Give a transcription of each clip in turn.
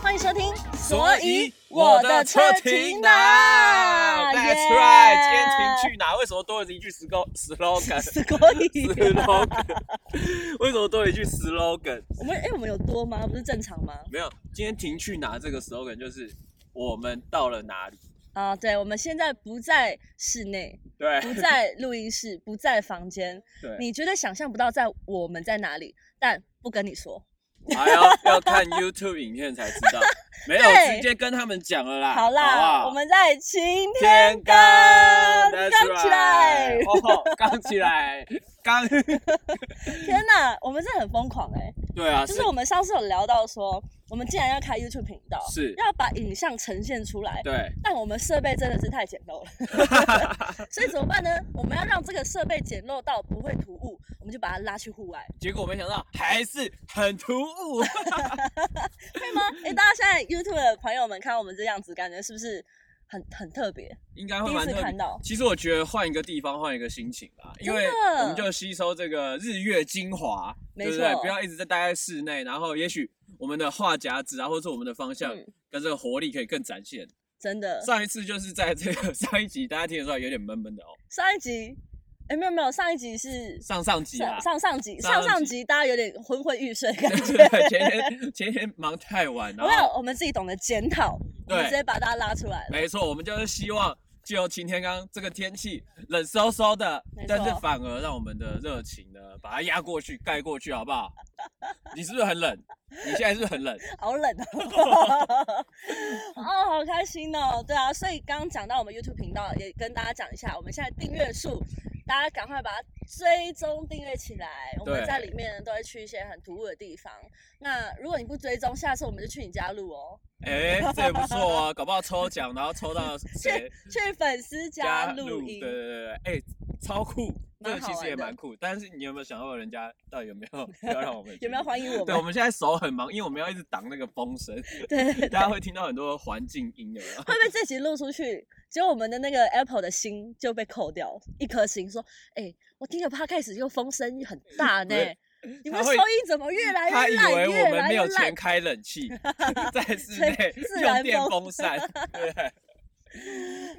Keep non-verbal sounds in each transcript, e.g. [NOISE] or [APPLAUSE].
欢迎收听，所以我的车停哪？That's right，今天停去哪？为什么多了一句 [LAUGHS] slo- 是 slogan？slogan，可以。为什么多了一句 slogan？我们哎、我们有多吗？不是正常吗？没有，今天停去哪这个 slogan 就是我们到了哪里？啊，对，我们现在不在室 [LAUGHS] 内，对不在录音室，不在房间，对，你绝对想象不到在我们在哪里，但不跟你说。还要要看 YouTube 影片才知道，没有 [LAUGHS] 对直接跟他们讲了啦。好啦，不我们在晴天。天刚，刚 that's 刚起来 right 哦，刚起来，刚，天哪，我们真的很疯狂哎、对 [LAUGHS] 啊，就是我们上次有聊到说，我们竟然要开 YouTube 频道，是要把影像呈现出来。对，但我们设备真的是太简陋了， [LAUGHS] 所以怎么办呢？我们要让这个设备简陋到不会突兀，我们就把它拉去户外，结果没想到还是很突兀。对吗？哎、大家现在 YouTube 的朋友们看我们这样子，感觉是不是很很特别？ [LAUGHS] 应该会第一蛮次特看别。到，其实我觉得换一个地方，换一个心情吧，因为真的我们就吸收这个日月精华，没对不对？错不要一直在待在室内，然后也许我们的话匣子啊，或者是我们的方向嗯跟这个活力可以更展现。真的。上一次就是在这个 [LAUGHS] 上一集，大家听得出来有点闷闷的哦，上一集，哎、没有没有，上一集是上上集啊啦上。上上集，上上上集集大家有点昏昏欲睡的感觉。 [LAUGHS] 对，前天前天忙太晚，然没有后，我们自己懂得检讨，我们对直接把大家拉出来了。没错，我们就是希望借由晴天刚这个天气冷飕飕的没错，但是反而让我们的热情呢把它压过去、盖过去，好不好？ [LAUGHS] 你是不是很冷？你现在是不是很冷？好冷 [LAUGHS] 哦！哦，好开心哦！对啊，所以刚刚讲到我们 YouTube 频道，也跟大家讲一下，我们现在订阅数，大家赶快把它追踪订阅起来。我们对在里面呢都会去一些很突兀的地方。那如果你不追踪，下次我们就去你家录哦，哎、这也不错 [LAUGHS] 啊，搞不好抽奖，然后抽到谁去去粉丝家录对音。嗯对对对，哎、超酷，这蛮个好其玩的实也蛮酷。但是你有没有想过人家到底有没有 [LAUGHS] 要让我们去？有没有欢迎我对，我们？们现在手很忙，因为我们要一直挡那个风声，对，大家会听到很多环境音，有没有？会不会这集录出去，结果我们的那个 Apple 的星就被扣掉一颗星？说，哎、我听了 p 开始就风声很大呢不是，你他们收会音怎么越来他越以烂，为越我们来没越有钱烂？开 [LAUGHS] 冷气，在室吹内自然用电风风扇，对不对。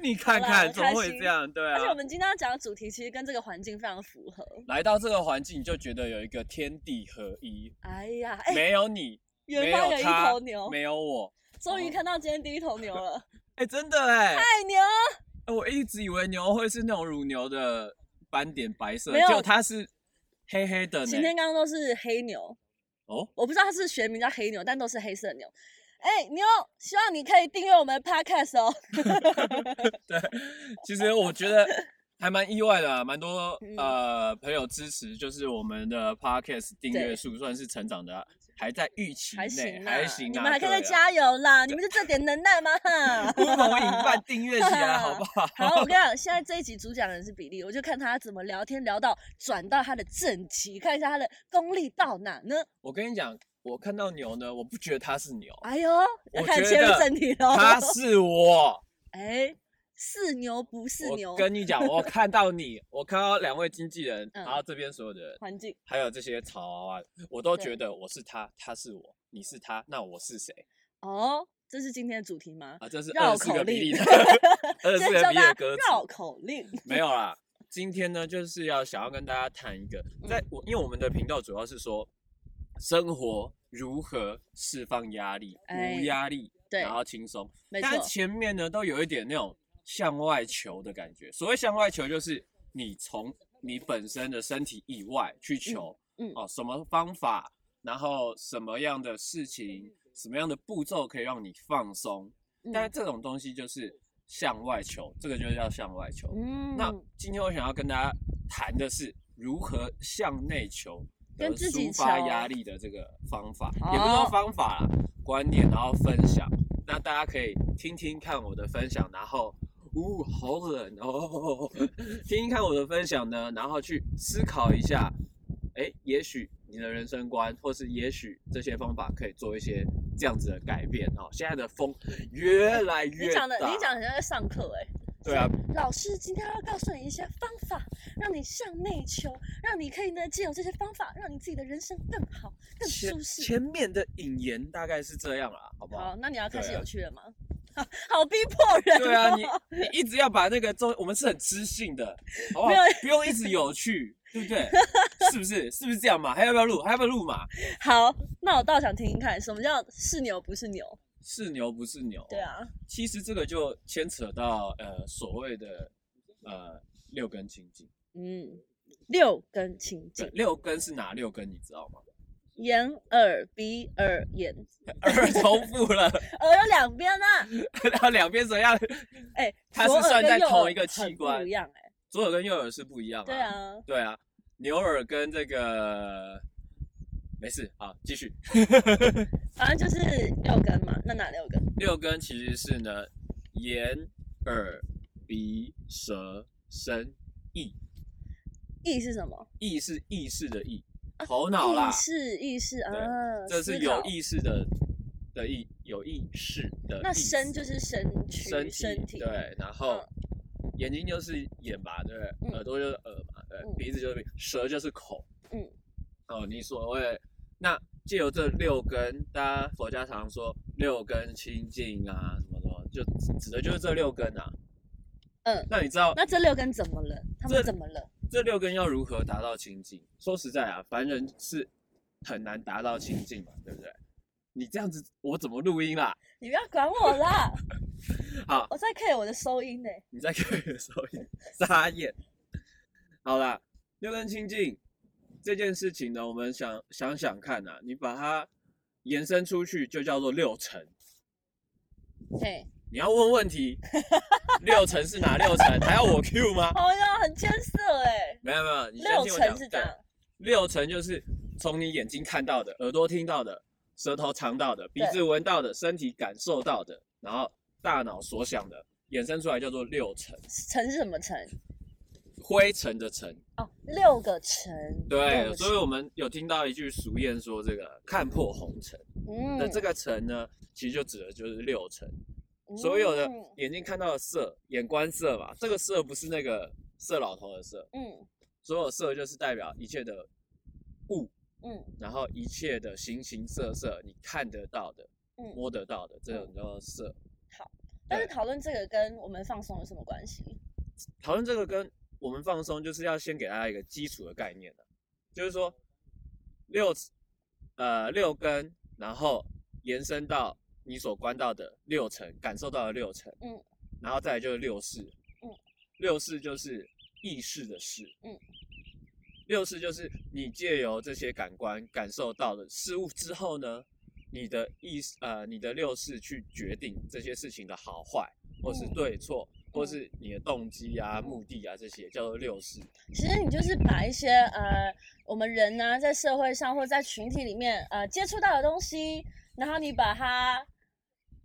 [LAUGHS] 你看好啦看，很怎么开会心这样？对啊而且，我们今天要讲的主题其实跟这个环境非常符合。来到这个环境，你就觉得有一个天地合一，哎呀，哎、没有你，远没方有有一他头牛，没有哦我。终于看到今天第一头牛 [LAUGHS] 了，哎，真的哎，太牛！哎我一直以为牛会是那种乳牛的斑点白色，没结有果它是黑黑的呢晴。天刚刚都是黑牛，哦，我不知道它是学名叫黑牛，但都是黑色的牛。哎、牛，希望你可以订阅我们的 Podcast 哦。 [LAUGHS] 其实我觉得还蛮意外的、啊，蛮多嗯呃朋友支持，就是我们的 podcast 订对阅数算是成长的，啊还在预期还内行，啦，还行啊，你们还可以对再啊，加油啦！你们就这点能耐 [LAUGHS] 吗？哈呼朋引 [LAUGHS] 伴订阅起来，好不好？好，我跟你讲，现在这一集主讲人是比利，我就看他怎么聊天聊到转到他的正题，看一下他的功力到哪呢？我跟你讲，我看到牛呢，我不觉得它 [LAUGHS] 是牛，哎呦，要我看觉切入得正题喽。 [LAUGHS] 它是我。哎，是牛不 [LAUGHS] 是牛我？跟你讲，我看到你，我看到两位经纪人，嗯然后这边所有的人，环境还有这些草娃娃，我都对觉得我是他，他是我，你是他，那我是谁？哦，这是今天的主题吗？啊，这是绕二十口个比令例的， [LAUGHS] [LAUGHS] 二十今天个教比例大的家歌词绕口令。没有啦。今天呢，就是要想要跟大家谈一个，嗯在我因为我们的频道主要是说生活如何释放压力，哎无压力，对然后轻松。没但错是，前面呢，都有一点那种向外求的感觉。所谓向外求，就是你从你本身的身体以外去求，嗯嗯哦，什么方法，然后什么样的事情，什么样的步骤可以让你放松。但是嗯这种东西就是向外求，这个就叫向外求。嗯那今天我想要跟大家谈的是如何向内求，跟自己抒发求哦压力的这个方法，好也不是说方法啦，观念，然后分享。那大家可以听听看我的分享，然后。呜、好冷哦！ [LAUGHS] 听听看我的分享呢，然后去思考一下，哎，也许你的人生观，或是也许这些方法可以做一些这样子的改变哦。现在的风越来你越大，讲的你讲的很像在上课哎，对啊，老师今天要告诉你一些方法，让你向内求，让你可以呢借由这些方法，让你自己的人生更好、更前舒适。前面的引言大概是这样啦，好不好？好，那你要开始对啊有趣了吗？ [LAUGHS] 好逼迫人、哦。对啊，你你一直要把那个中，我们是很知性的，好不好没有？不用一直有趣，对不对？是不是？是不是这样嘛？还要不要录？还要不要录嘛？好，那我倒想听听看，什么叫是牛不是牛？是牛不是牛？对。啊，其实这个就牵扯到呃所谓的呃六根清净。嗯，六根清对净，，六根是哪六根？你知道吗？ [LAUGHS] 眼、耳、鼻、耳、眼，耳重复了， [LAUGHS] 耳有两边啊。然后两边怎样？哎、它是左耳算跟在右同耳一个很器官不一样哎、左耳跟右耳是不一样啊。对。啊，对啊，牛耳跟这个没事，好，继续。反正就是六根嘛。那哪六根？六根其实是呢，眼、耳、鼻、舌、身、意。意是什么？意是意识的意，头脑啦啊意，识，意识啊对，这思是有考。意识的的意，有意识的意。那身就是身躯，身体，身体对，然后。眼睛就是眼吧，对不对？嗯耳朵就是耳嘛，对，嗯鼻子就是鼻，舌就是口，嗯，哦，你所谓那借由这六根，大家佛家常说六根清净啊，什么什么，就指的就是这六根啊。嗯那你知道那这六根怎么了？他们这怎么了？这六根要如何达到清净？说实在啊，凡人是很难达到清净嘛，对不对？你这样子，我怎么录音啦？！你不要管我啦好，我在 care 我的收音呢、你在 [LAUGHS] 看的时候也傻眼。好啦，六根清净这件事情呢，我们想想想看啊，你把它延伸出去，就叫做六层。嘿，你要问 [LAUGHS] 问题，六层是哪六层？还要我 Q 吗？哦哟，很艰涩哎。没有没有，你先六听我讲。层是这对样，六层就是从你眼睛看到的、耳朵听到的、舌头尝到的、鼻对子闻到的、身体感受到的，然后大脑所想的，衍生出来叫做六层。层是什么层？灰尘的尘，哦，六个层。六对，个所以层我们有听到一句俗谚说这个“看破红尘”，那嗯，这个尘呢，其实就指的就是六尘，所有的嗯眼睛看到的色，眼观色嘛，这个色不是那个色老头的色，嗯所有色就是代表一切的物，嗯然后一切的形形色色，你看得到的、嗯。摸得到的，这种叫做色。但是对讨论这个跟我们放松有什么关系？讨论这个跟我们放松，就是要先给大家一个基础的概念啊就是说六呃六根，然后延伸到你所观到的六层，感受到的六层，嗯，然后再来就是六识，嗯，六识就是意识的识，嗯，六识就是你借由这些感官感受到的事物之后呢。你的意识呃，你的六识去决定这些事情的好坏，或是嗯对错，或嗯是你的动机啊、目的啊这些，叫做六识。其实你就是把一些呃，我们人呢、在社会上或者在群体里面呃接触到的东西，然后你把它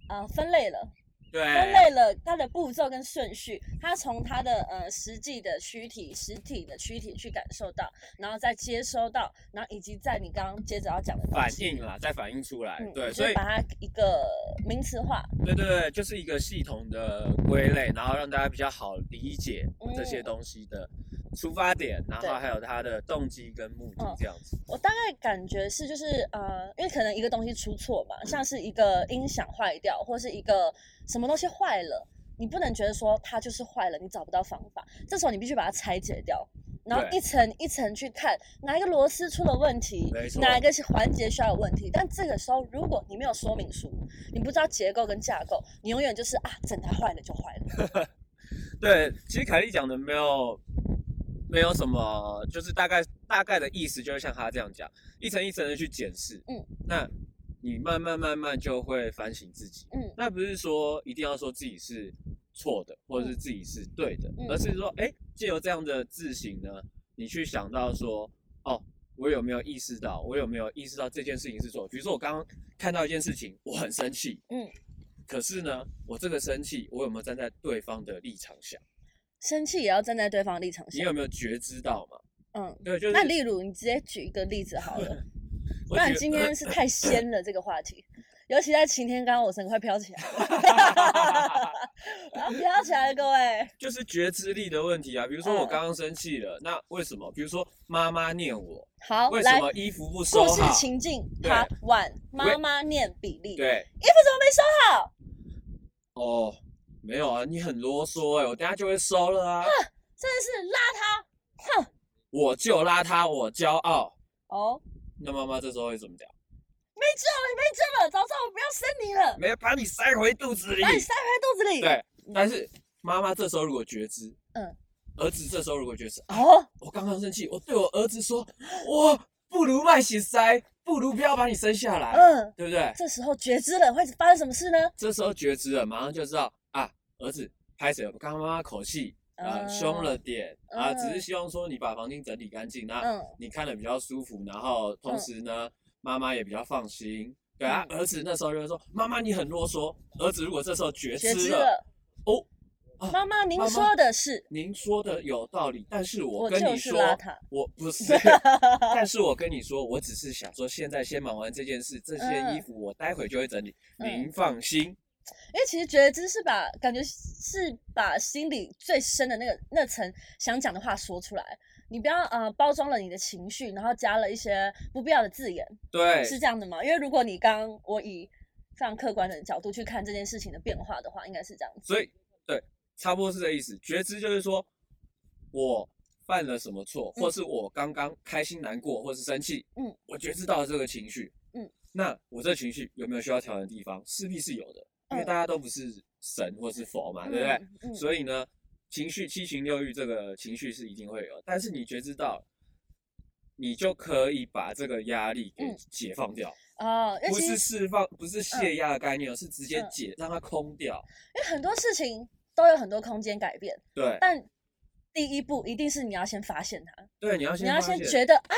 呃分类了，对，分类了它的步骤跟顺序，它从它的呃实际的躯体、实体的躯体去感受到，然后再接收到，然后以及在你刚刚接着要讲的东反西应啦，再反应出来。嗯，对，你所就以把它一个名词化，对对对，就是一个系统的归类，然后让大家比较好理解这些嗯东西的出发点，然对后还有它的动机跟目的嗯这样子。我大概感觉是就是呃，因为可能一个东西出错嘛，像是一个音响坏掉，或是一个什么东西坏了，你不能觉得说它就是坏了，你找不到方法，这时候你必须把它拆解掉。然后对一层一层去看哪一个螺丝出了问题没，错哪一个是环节需要有问题。但这个时候，如果你没有说明书，你不知道结构跟架构，你永远就是啊，整台坏了就坏了。对，其实凯莉讲的没有没有什么，就是大概大概的意思，就是像他这样讲，一层一层的去检视。嗯，那你慢慢慢慢就会反省自己。嗯那不是说一定要说自己是错的，或者是自己是对的，嗯而是说，哎，借由这样的自省呢，你去想到说，哦，我有没有意识到，我有没有意识到这件事情是错的？比如说我刚刚看到一件事情，我很生气，嗯，可是呢，我这个生气，我有没有站在对方的立场想？生气也要站在对方立场你上有。没有觉知到嘛？嗯，对，就是那例如你直接举一个例子好了。我不然 [LAUGHS] 觉今天是太仙了这个话题，尤其在晴天，刚刚我整个快飘起来了，我要飘起来了，各位。就是觉知力的问题啊。比如说我嗯刚刚生气了，那为什么？比如说妈妈念我，好，为来什，么衣服不收故事好？情境对 Part One，妈喂妈念比例，衣服怎对，么没收好？哦，没有啊，你很啰嗦哎、我等下就会收了啊。真的是邋遢。我就邋遢，我骄傲。哦，那妈妈这时候会怎么讲？没救了，你没救了，早知道我不要生你了，没有把你塞回肚子里把你塞回肚子里。对，但是妈妈这时候如果觉知，嗯嗯，儿子这时候如果觉知，啊，哦，我刚刚生气，我对我儿子说，我不如卖血塞，不如不要把你生下来，嗯，对不对？这时候觉知了会发生什么事呢？这时候觉知了，马上就知道啊，儿子拍谁？我刚刚妈妈口气啊、嗯凶了点啊，嗯只是希望说你把房间整理干净，那嗯，你看了比较舒服，然后同时呢，妈妈也比较放心。对啊，嗯儿子那时候就会说：“妈妈，你很啰嗦。”儿子如果这时候觉觉知知了，了。哦，啊妈妈，您妈妈说的是，您说的有道理，但是我我跟就你是说，邋遢。我不 [LAUGHS] 是，但是我跟你说，我只是想说，现在先忙完这件事，这嗯些衣服我待会就会整理，嗯您放心。因为其实觉知是把感觉是把心里最深的那个那层想讲的话说出来，你不要呃包装了你的情绪，然后加了一些不必要的字眼，对，是这样的吗？因为如果你刚我以非常客观的角度去看这件事情的变化的话，应该是这样子。所以对，差不多是这意思。觉知就是说，我犯了什么错，嗯或是我刚刚开心、难过，或是生气，嗯，我觉知到了这个情绪，嗯，那我这情绪有没有需要调整的地方？势必是有的，因为嗯大家都不是神或是佛啊嘛，对不对？嗯？嗯所以呢，情绪七情六欲这个情绪是一定会有，但是你觉知到，你就可以把这个压力给嗯解放掉，哦，因为不其是实释放，不是泄压的概念，而哦是直接嗯解，让它空掉。因为很多事情都有很多空间改变，对但第一步一定是你要先发现它，对，你要先你要发先现觉得哎。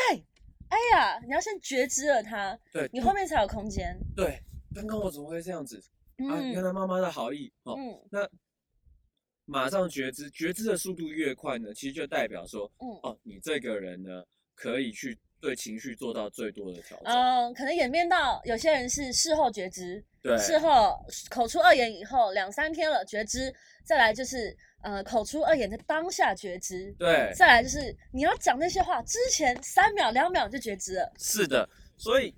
哎呀，你要先觉知了它，对你后面才有空间。对，刚刚我怎么会这样子、啊？嗯原来妈妈的好意哦，嗯，马上觉知，觉知的速度越快呢，其实就代表说，嗯哦，你这个人呢，可以去对情绪做到最多的调整。嗯，可能演变到有些人是事后觉知，对，事后口出恶言以后两三天了觉知，再来就是呃口出恶言的当下觉知，对，再来就是你要讲那些话之前三秒两秒就觉知了，是的，所以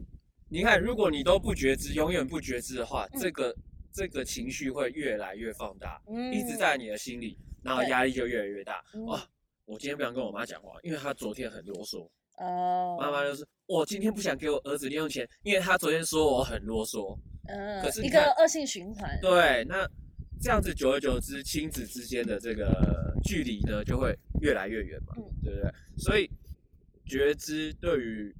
你看，如果你都不觉知，永远不觉知的话，嗯这个这个情绪会越来越放大，嗯，一直在你的心里，然后对压力就越来越大。嗯哇，我今天不想跟我妈讲话，因为她昨天很啰嗦。哦，妈妈就是，我今天不想给我儿子零用钱，因为她昨天说我很啰嗦。嗯可是一你个看恶性循环，对，那这样子久而久之，亲子之间的这个距离呢，就会越来越远嘛，嗯对不对？所以觉知对于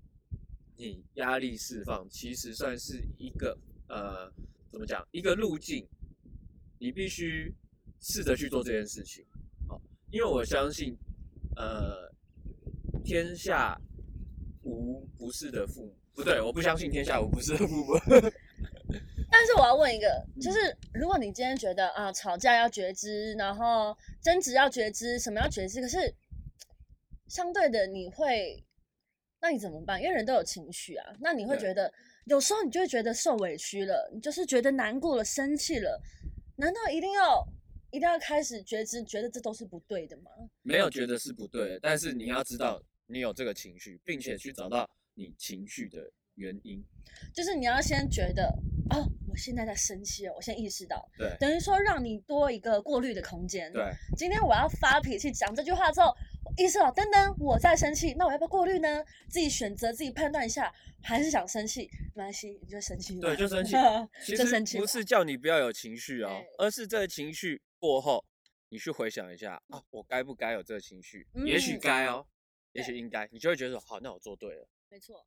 你压力释放，其实算是一个呃，怎么讲？一个路径，你必须试着去做这件事情。好，因为我相信，呃，天下无不是的父母。不对，我不相信天下无不是的父母。但是我要问一个，就是如果你今天觉得啊吵架要觉知，然后争执要觉知，什么要觉知，可是相对的你会，那你怎么办？因为人都有情绪啊，那你会对觉得有时候你就会觉得受委屈了，你就是觉得难过了、生气了，难道一定要一定要开始觉知，觉得这都是不对的吗？没有觉得是不对的，但是你要知道你有这个情绪，并且去找到你情绪的原因。就是你要先觉得哦，我现在在生气了，我先意识到，对等于说让你多一个过滤的空间。 [LAUGHS] 对今天我要发脾气讲这句话之后，我意识到，等等，我在生气，那我要不要过滤呢？自己选择，自己判断一下，还是想生气，没关系，你就生气吧。。对，就生气 [LAUGHS] 其就生气实不吧是叫你不要有情绪哦对，而是这个情绪过后，你去回想一下啊，我该不该有这个情绪？也许嗯该哦，也对许应该，你就会觉得说好，那我做对了。没错，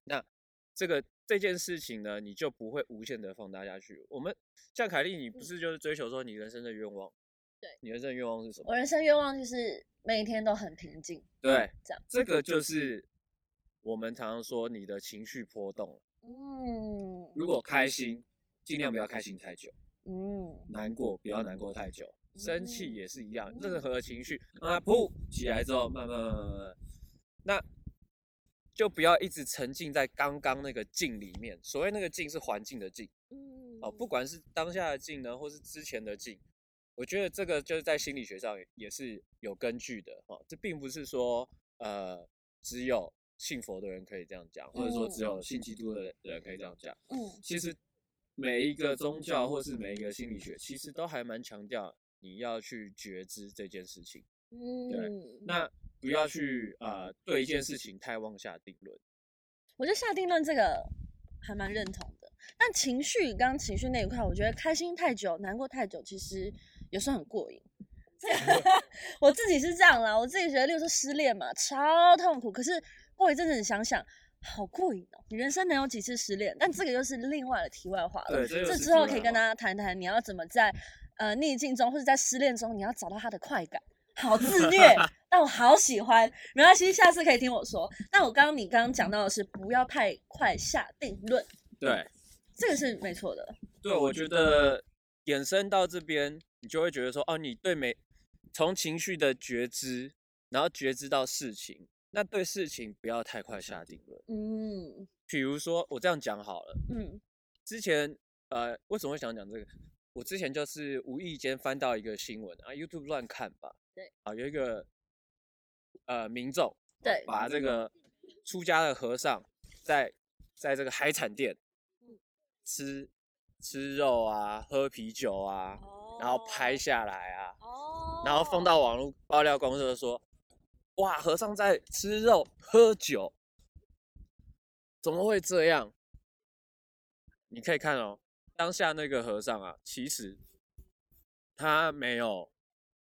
这个这件事情呢，你就不会无限的放大下去。我们像凯莉，你不是就是追求说你人生的愿望？嗯对，你人生的愿望是什么？我人生愿望就是每一天都很平静。对，这样这个就是我们常常说你的情绪波动。嗯如果开心，尽量不要开心太久；嗯，难过，不要难过太久；生气嗯也是一样，嗯任何情绪让它噗起来之后，慢慢慢慢慢慢，那就不要一直沉浸在刚刚那个境里面。所谓那个境是环境的境，嗯哦，不管是当下的进呢，或是之前的进，我觉得这个就是在心理学上也也是有根据的哦。这并不是说呃只有信佛的人可以这样讲，或者哦说只有信基督的人可以这样讲。嗯其实每一个宗教或是每一个心理学，其实都还蛮强调你要去觉知这件事情，嗯，那不要去呃对一件事情太妄下定论。我觉得下定论这个还蛮认同的。但情绪，刚刚情绪那一块，我觉得开心太久，难过太久，其实有时候很过瘾。 [LAUGHS] 我自己是这样啦，我自己觉得，例如说失恋嘛，超痛苦。可是过一阵子，你想想，好过瘾哦！你人生能有几次失恋？但这个又是另外的题外话了。对，这哦这之后可以跟大家谈谈，你要怎么在呃逆境中或者在失恋中，你要找到他的快感。好自 [LAUGHS] 虐，但我好喜欢。没关系，下次可以听我说。那我刚刚你刚刚讲到的是不要太快下定论，对。这个是没错的。对，我觉得衍生到这边，你就会觉得说，哦，你对每从情绪的觉知，然后觉知到事情，那对事情不要太快下定论。嗯比如说，我这样讲好了，嗯之前呃，为什么会想讲这个？我之前就是无意间翻到一个新闻啊，YouTube 乱看吧，对，啊，有一个呃民众对把这个出家的和尚在在这个海产店嗯吃吃肉啊，喝啤酒啊，然后拍下来啊，哦然后放到网络爆料公社说，哇，和尚在吃肉喝酒，怎么会这样？你可以看哦，当下那个和尚啊，其实他没有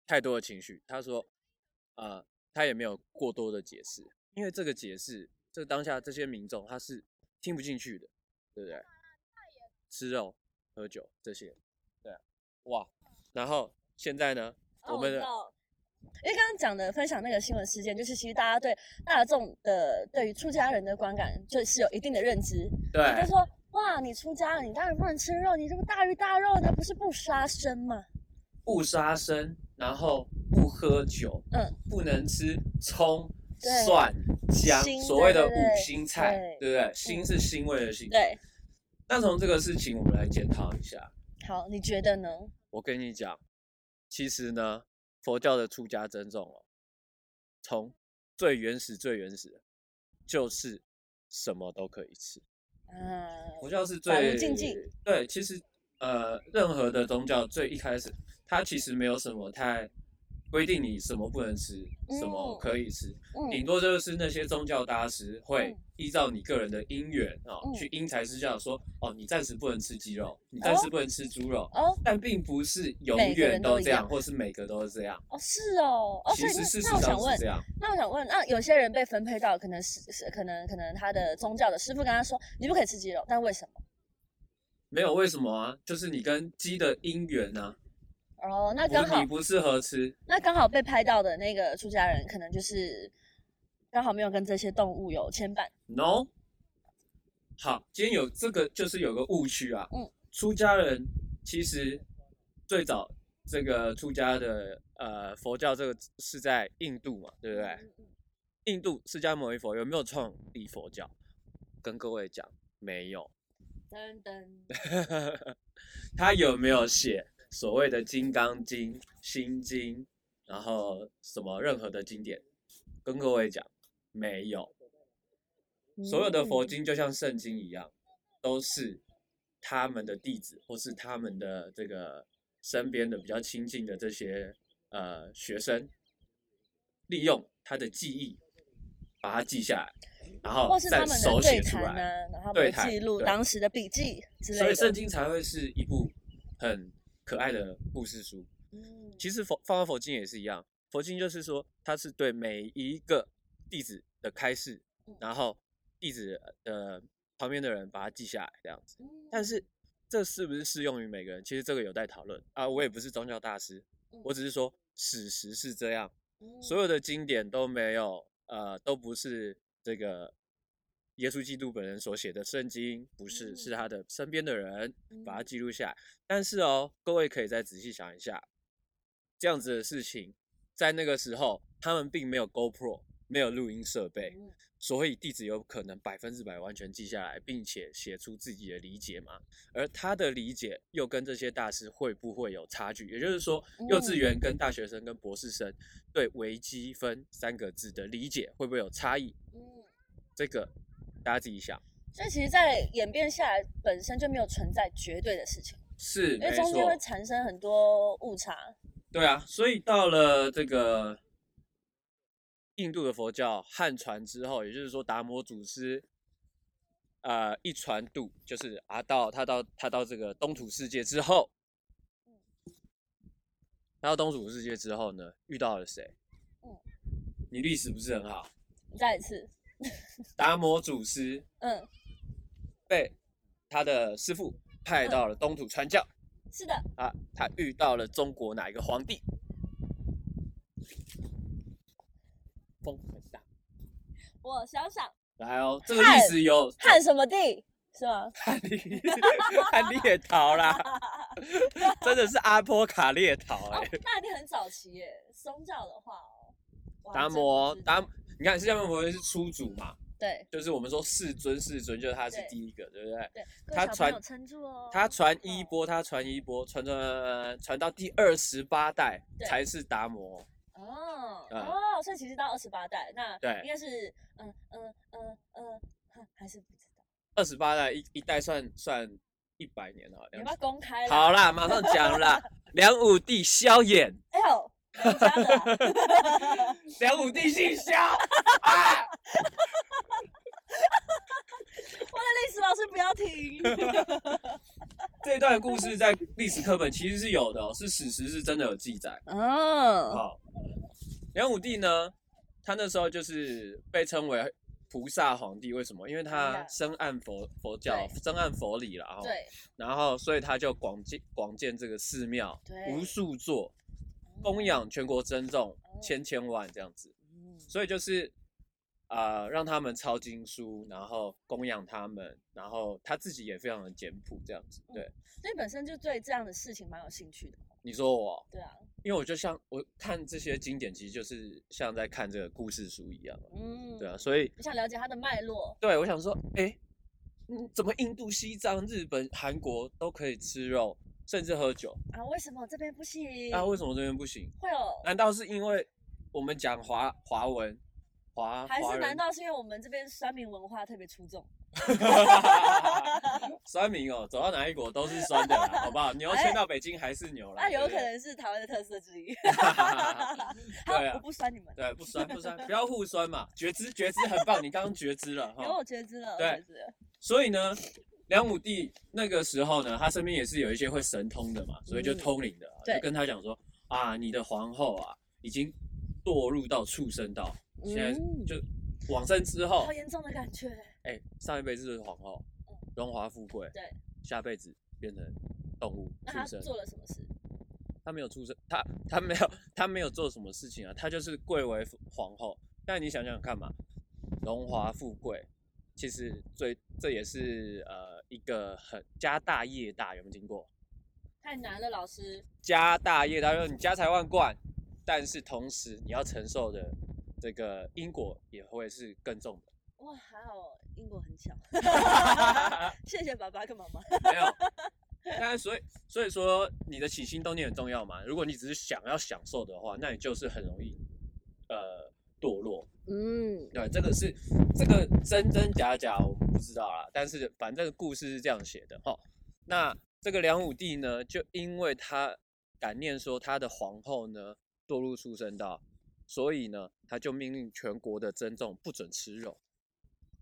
太多的情绪，他说，呃，他也没有过多的解释，因为这个解释，这当下这些民众他是听不进去的，对不对？吃肉、喝酒这些，对啊、哇，然后现在呢，嗯哦我们知的道因为刚刚讲的分享那个新闻事件，就是其实大家对大众的对于出家人的观感，就是有一定的认知。他对说：“哇，你出家了，你当然不能吃肉，你这个大鱼大肉的，不是不杀生吗？不杀生，然后不喝酒，嗯，不能吃葱、对蒜、姜辛，所谓的对对对五辛菜，对不对？辛是腥味的辛。对。那从这个事情，我们来检讨一下。好，你觉得呢？我跟你讲，其实呢，佛教的出家珍重哦，从最原始、最原始的，就是什么都可以吃。啊，佛教是法无最禁忌对，其实呃，任何的宗教最一开始，它其实没有什么太规定你什么不能吃，什么嗯可以吃，嗯顶多就是那些宗教大师会嗯依照你个人的因缘啊、哦嗯去因材施教，说哦，你暂时不能吃鸡肉，你暂时哦不能吃猪肉。哦但并不是永每个远人都都一这样，样或是每个都是这样。哦是哦哦，所其以实事实那那我上想是问这，样。那我想问，那有些人被分配到可能是是可能可能他的宗教的师傅跟他说你不可以吃鸡肉，但为什么？没有为什么啊？就是你跟鸡的因缘啊，哦，那刚不好你不适合吃，那刚好被拍到的那个出家人，可能就是刚好没有跟这些动物有牵绊。 no。好，今天有这个就是有个误区啊。嗯出家人其实最早这个出家的呃佛教这个是在印度嘛，对不嗯对？印度释迦牟尼佛有没有创立佛教？跟各位讲，没有。噔噔，他有没有写所谓的《金刚经》《心经》，然后什么任何的经典？跟各位讲，没有。嗯所有的佛经就像圣经一样，都是他们的弟子或是他们的这个身边的比较亲近的这些呃学生，利用他的记忆把它记下来，嗯，然或后是他再们的手对写出谈来。啊，然后对会谈记录对当时的笔记之类所的。以圣经才会是一部很可爱的故事书。嗯其实佛放到佛经也是一样，佛经就是说它是对每一个弟子的开示嗯，然后弟子的旁边的人把它记下来这样子。嗯但是这是不是适用于每个人？其实这个有待讨论啊。我也不是宗教大师嗯，我只是说史实是这样，嗯所有的经典都没有，呃，都不是这个耶稣基督本人所写的圣经，不是，是他的身边的人把它嗯记录下来。但是哦，各位可以再仔细想一下，这样子的事情，在那个时候他们并没有 GoPro，没有录音设备，嗯所以弟子有可能百分之百完全记下来，并且写出自己的理解嘛。而他的理解又跟这些大师会不会有差距？也就是说，哦幼稚园跟大学生跟博士生对微积分三个字的理解会不会有差异？嗯，这个大家自己想。所以其实，在演变下来，本身就没有存在绝对的事情，是，因为没中间错会，产生很多误差。对啊，所以到了这个印度的佛教汉传之后，也就是说达摩祖师，呃，一传度就是阿道，他到他到这个东土世界之后，他到东土世界之后呢，遇到了谁嗯？你历史不是很好，再一次，达摩祖师嗯，被他的师傅派到了东土传教是的，啊，他遇到了中国哪一个皇帝？风很大。我想想，来哦，这个历史有汉什么帝是 [LAUGHS] 吗？汉历汉列逃啦，真的是阿波卡列逃哦哎、，那一定很早期耶。宗教的话哦，我还达真不摩知达道，你看释迦牟尼是出祖嘛，对就是我们说世尊世尊，就是他是对第一个，对不对？对，各位小他朋传友撑住哦，他传一哦，波，他传一波，传传传传到第二十八代对才是达摩，哦嗯哦，所以其实到二十八代，那对应该是嗯嗯嗯嗯，哼还是不知道，二十八代一一代算算一百年了，你两要不要公开啦？好啦，马上讲 [LAUGHS] 啦。梁武帝萧衍，哎呦，人家的啊梁武帝姓萧，啊，我的历史老师不要停。 [LAUGHS] 这段故事在历史课本其实是有的、哦，是史实是真的有记载。哦，好，梁武帝呢，他那时候就是被称为菩萨皇帝，为什么？因为他 Yeah 深谙佛佛教，对深谙佛理了啊、哦。对然后，所以他就广建广建这个寺庙，对无数座，供养全国僧众哦千千万这样子。嗯所以就是呃，让他们抄经书，然后供养他们，然后他自己也非常的简朴这样子。对，所以本身就对这样的事情蛮有兴趣的。你说我，对啊，因为我就像我看这些经典，其实就是像在看这个故事书一样嘛，嗯，对啊，，所以你想了解它的脉络，对我想说，哎，嗯，怎么印度、西藏、日本、韩国都可以吃肉，甚至喝酒，啊啊，为什么这边不行？那、为什么这边不行？会有，难道是因为我们讲华华文？华还啊华是难人道是因为我们这边酸民文化特别出众？ [LAUGHS] 酸民哦，走到哪一国都是酸的 [LAUGHS] 啦，好不好？牛哎迁到北京还是牛那啦，啊有啊对可不对。能是台湾的特色 [LAUGHS] 之一。 [LAUGHS] 好对啊，我不酸你们， [LAUGHS] 对，不酸不酸，不要互酸嘛，觉知觉知很棒，你刚刚觉知了有哈我。觉知了，我对觉知了。所以呢，梁武帝那个时候呢，他身边也是有一些会神通的嘛，所以就通灵的啊，嗯对就跟他讲说啊，你的皇后啊，已经堕入到畜生道，现在嗯就哦往生之后好，严重的感觉，哎、上一辈子是皇后，荣华富贵，嗯对，下辈子变成动物那他畜生。做了什么事？他没有出生，他他没有他没有做什么事情啊，他就是贵为皇后。但你想想看嘛，荣华富贵，其实最这也是呃一个很家大业大，有没有听过？太难了，老师。家大业大，就是你家财万贯，但是同时你要承受的这个因果也会是更重的。 [LAUGHS] 哇，还好英国很小，谢谢爸爸跟妈妈。没有。但是所以所以说你的起心动念很重要嘛。如果你只是想要享受的话，那你就是很容易呃堕落。 [LAUGHS] 嗯，对，这个是这个真真假假我们不知道啦，但是反正故事是这样写的哈。那这个梁武帝呢，就因为他感念说他的皇后呢堕入畜生道，所以呢他就命令全国的僧众不准吃肉。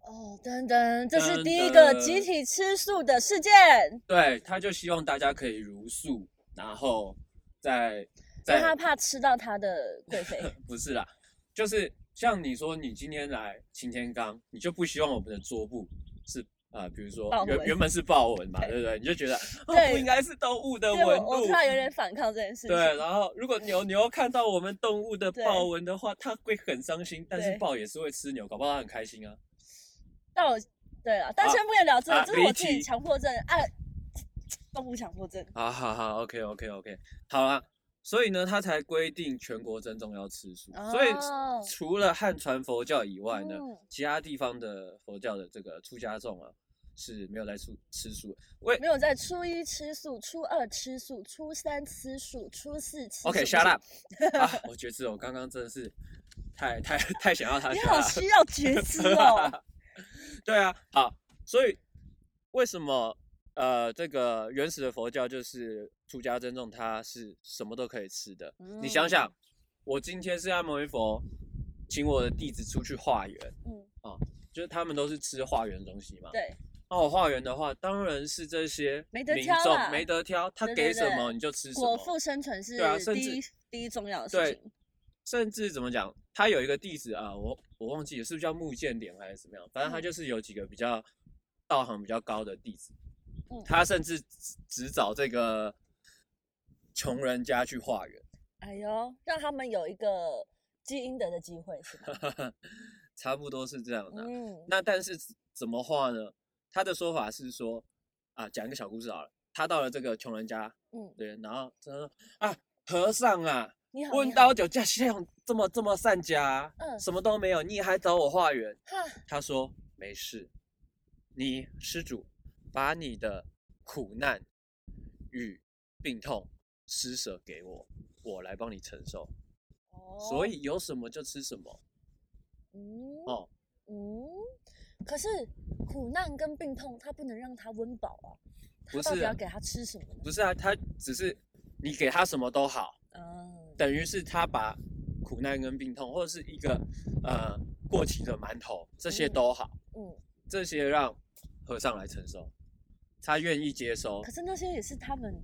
哦，噔噔，这是噔第一个噔集体吃素的事件。对，他就希望大家可以如素，然后再因为再他怕吃到他的贵 [LAUGHS] 妃。不是啦，就是像你说，你今天来擎天岗，你就不希望我们的桌布是呃，比如说豹原纹原本是豹纹嘛，对不对？你就 [LAUGHS] 觉得、哦、对不应该是动物的对，纹我我路突。然有点反抗这件事情。对，然后如 [LAUGHS] 果牛牛看到我们动物的对豹纹的话，它会很伤心。但是对豹也是会吃牛，搞不好它很开心啊。但我对了，但啊先不跟你聊这啊个，这是我离自题己强迫症，啊，动物强迫症。好好好，OK OK OK，好啦。所以呢，他才规定全国增宗要吃素。所以哦除了汉传佛教以外呢，嗯其他地方的佛教的这个出家众啊是没有在吃吃素的。为没有在初一吃素，初二吃素，初三吃素，初四吃素。 OK 不 shut [LAUGHS] 是 up 啊！我觉知我刚刚真的是太太太想要他你啊 shut 好 up。需要觉知哦。 [LAUGHS] 对啊，好，所以为什么呃，这个原始的佛教就是出家珍重，它是什么都可以吃的？你嗯想想，我今天是阿摩尼佛请我的弟子出去化缘，嗯，就是他们都是吃化缘的东西嘛。对，那我化缘的话，当然是这些没得民挑众啦没得挑，他对给对什对么你就吃什果么。腹生存是对啊甚第至一第一重要的事对情。，甚至怎么讲，他有一个弟子啊，我我忘记了是不是叫木剑莲还是怎么样，反正他嗯就是有几个比较道行比较高的弟子，嗯他甚至只只找这个穷人家去化缘，哎呦，让他们有一个积阴德的机会是 [LAUGHS] 吧？差不多是这样的啊、嗯，那但是怎么化呢？他的说法是说啊，讲一个小故事好了，他到了这个穷人家，嗯，对，然后他说啊，和尚啊，你好，问你好到酒驾，像这么这么善家啊、嗯什么都没有，你还找我化缘？哈，他说没事，你施主把你的苦难与病痛施舍给我，我来帮你承受。所哦，以有什么就吃什么嗯哦。嗯，可是苦难跟病痛，他不能让他温饱啊，他不到底是要啊给他吃什么呢？不是啊，他只是你给他什么都好，嗯，等于是他把苦难跟病痛，或者是一个呃过期的馒头，这些嗯都好，嗯，这些让和尚来承受，他愿意接收可。是那些也是他们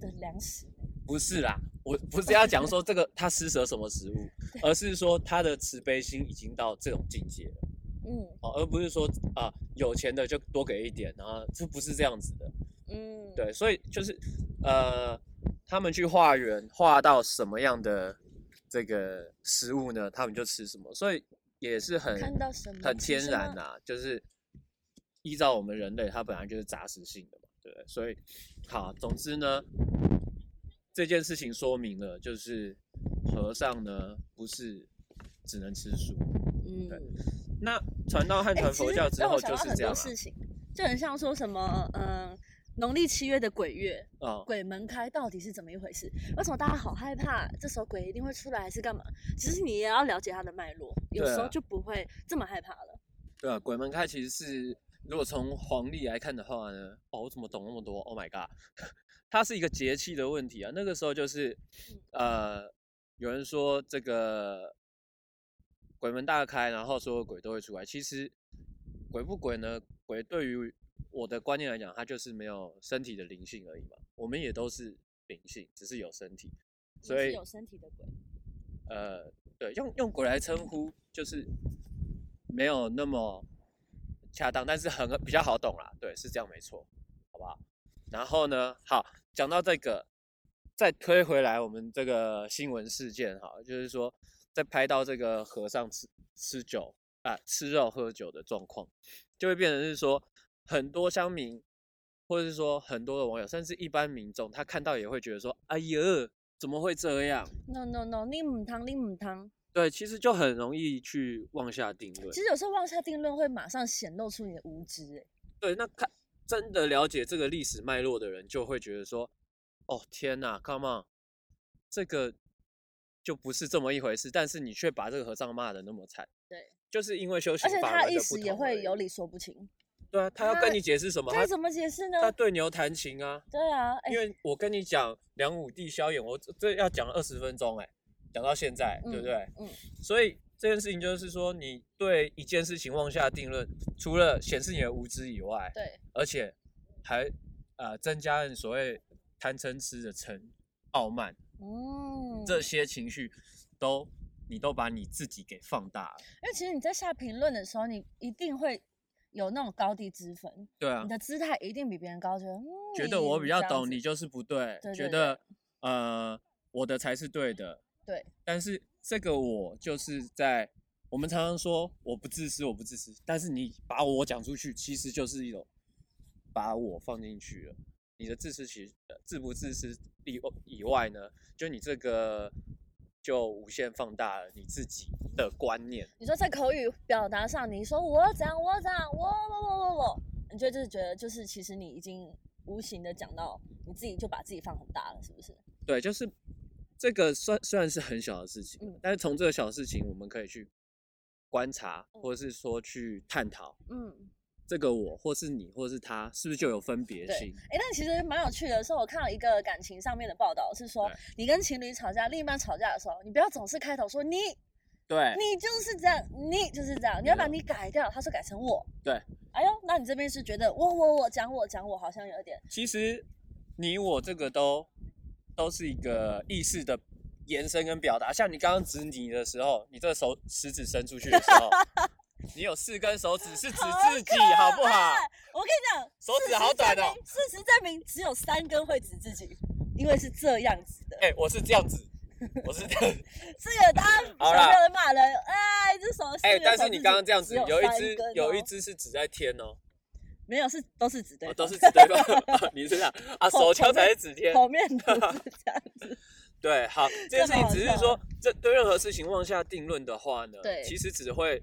的粮食呢。不是啦，我不是要讲说这个他施舍什么食物，而是说他的慈悲心已经到这种境界了，嗯哦，而不是说啊、有钱的就多给一点，然后这不是这样子的，嗯，对，所以就是呃，他们去化缘，化到什么样的这个食物呢，他们就吃什么，所以也是很看到什么很吃天什然啊么呐、就是依照我们人类，它本来就是杂食性的嘛，对不对？所以，好，总之呢，这件事情说明了，就是和尚呢不是只能吃素。对嗯。那传到汉哎，传其佛实教之让我后想到就是很这样多啊事情，就很像说什么，嗯，农历七月的鬼月，，哦鬼门开到底是怎么一回事？为什么大家好害怕？这时候鬼一定会出来还是干嘛？其实你也要了解它的脉络，有对时候啊就不会这么害怕了。对啊，鬼门开其实是如果从黄历来看的话呢，哦，我怎么懂那么多？Oh my god，它 [LAUGHS] 是一个节气的问题啊。那个时候就是，呃，有人说这个鬼门大开，然后所有鬼都会出来。其实鬼不鬼呢？鬼对于我的观念来讲，它就是没有身体的灵性而已嘛。我们也都是灵性，只是有身体，你所是以有身体的鬼，呃，对，用用鬼来称呼就是没有那么恰当，但是很比较好懂啦。对，是这样没错，好不好？然后呢，好，讲到这个，再推回来我们这个新闻事件哈，就是说在拍到这个和尚吃吃酒啊、吃肉喝酒的状况，就会变成是说很多乡民。或者是说很多的网友，甚至一般民众，他看到也会觉得说：“哎呦，怎么会这样？” No no no，你母汤，你母汤。对，其实就很容易去妄下定论其。实有时候妄下定论会马上显露出你的无知、欸。对，那看真的了解这个历史脉络的人，就会觉得说，哦天呐，come on，这个就不是这么一回事。但是你却把这个和尚骂的那么惨，对，就是因为修行而且法他门一的不时也同而会已有。理说不清，对啊，他要他跟你解释什么？该他怎么解释呢？他对牛弹琴啊，对啊，哎、因为我跟你讲梁武帝萧衍，我这这要讲二十分钟哎、讲到现在，对不对？嗯，所以这件事情就是说，你对一件事情妄下定论，除了显示你的无知以外，对，而且还呃增加了你所谓贪嗔痴的嗔、傲慢嗯，这些情绪，都你都把你自己给放大了。因为其实你在下评论的时候，你一定会有那种高低之分，对啊你，的姿态一定比别人高，觉得嗯，觉得我比较懂，这样你子，就是不对，对对嗯觉得呃我的才是对的，对，但是这个我就是在。我们常常说我不自私，我不自私，但是你把我讲出去，其实就是一种把我放进去了。你的自食其呃自不自私以以外呢，就你这个就无限放大了你自己的观念。你说在口语表达上，你说我怎样，我怎样，我我我我我，你就就是觉得就是其实你已经无形的讲到你自己就把自己放很大了，是不是？对，就是这个算虽然是很小的事情，嗯但是从这个小事情，我们可以去观察，嗯或者是说去探讨嗯，这个我，或是你，或是他，是不是就有分别对性？哎、但其实蛮有趣的，是我看了一个感情上面的报道，是说对你跟情侣吵架、另一半吵架的时候，你不要总是开头说你对你就是这样，你就是这样，你要把没你改掉，他说改成我。对。哎呦，那你这边是觉得我我我讲我讲我好像有一点其实你我这个都都是一个意识的延伸跟表达。像你刚刚指你的时候，你这手食指伸出去的时 [LAUGHS] 候，你有四根手指是指自己，好不好？哎我跟你讲，手指好短哦事实证明。事实证明，只有三根会指自己，因为是这样子的。哎、我是这样子，我是这样子。这个大家小好啦朋友骂人，哎，这手哎、四根但手是你指刚刚这样子，只有有一三只根有哦一只是指在天哦，没有是都是指对哦方，都是 [LAUGHS] 指对方，你是这样啊，后手后枪才面是指天。后面不是这 [LAUGHS] 样子。对，好，这件事情只这蛮是好笑哦说，这对任何事情妄下定论的话呢，对其实只会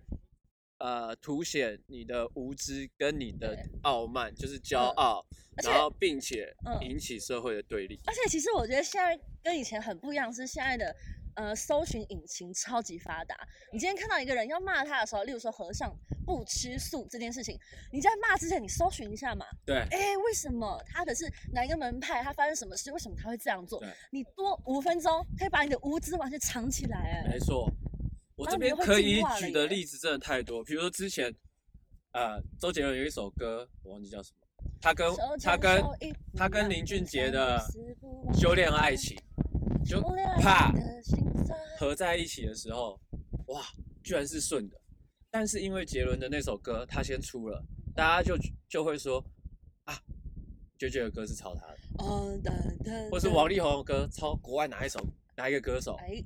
呃凸显你的无知跟你的对傲慢，就是骄嗯傲，而且然后并且嗯引起社会的对立。而且其实我觉得现在跟以前很不一样，是现在的呃搜寻引擎超级发达。你今天看到一个人要骂他的时候，例如说和尚不吃素这件事情，你在骂之前你搜寻一下嘛，对，哎，为什么他的是哪一个门派？他发生什么事？为什么他会这样做对？你多五分钟可以把你的无知完全藏起来、哎，没错，我然这后你边就会可进以化了举的耶例子真的太多，比如说之前呃周杰伦有一首歌，我忘记叫什么，他跟手他牵跟手一步他跟两林步俊杰三步的四步修炼爱情，就修炼啪你的心酸合在一起的时候，哇，居然是顺的。但是因为杰伦的那首歌他先出了，大家就就会说啊，九九的歌是抄他的，嗯噔噔，或是噔王力宏的歌抄国外哪一首哪一个歌手，哎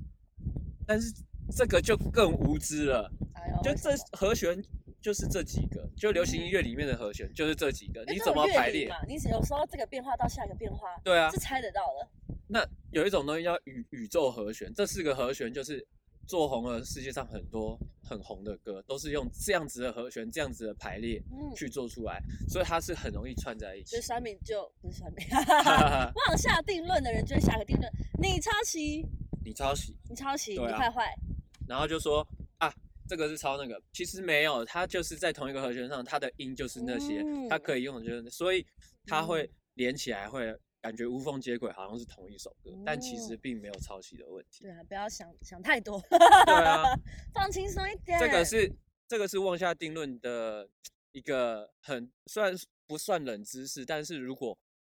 但是这个就更无知了。哎呦，就为什这么和弦就是这几个，就流行音乐里面的和弦就是这几个，因为哎你这怎种么乐排理列？嘛？你只有说这个变化到下一个变化，对啊是，猜得到的。那有一种东西叫宇宇宙和弦，这四个和弦就是做红了世界上很多很红的歌，都是用这样子的和弦、这样子的排列嗯，去做出来，所以它是很容易串在一所起以。酸敏就不是酸 [LAUGHS] [LAUGHS] 敏，哈，妄下定论的人就会下个定论，你抄袭， [LAUGHS] 你抄袭，你抄袭，对啊你坏坏，然后就说啊，这个是抄那个，其实没有，它就是在同一个和弦上，它的音就是那些，它嗯可以用的就是，所以它会连起来会。感觉无缝接轨，好像是同一首歌，但其实嗯并没有抄袭的问题。对啊，不要想想太多，对啊，放轻松一点。这个是这个是妄下定论的一个很虽然不算冷知识，但是如果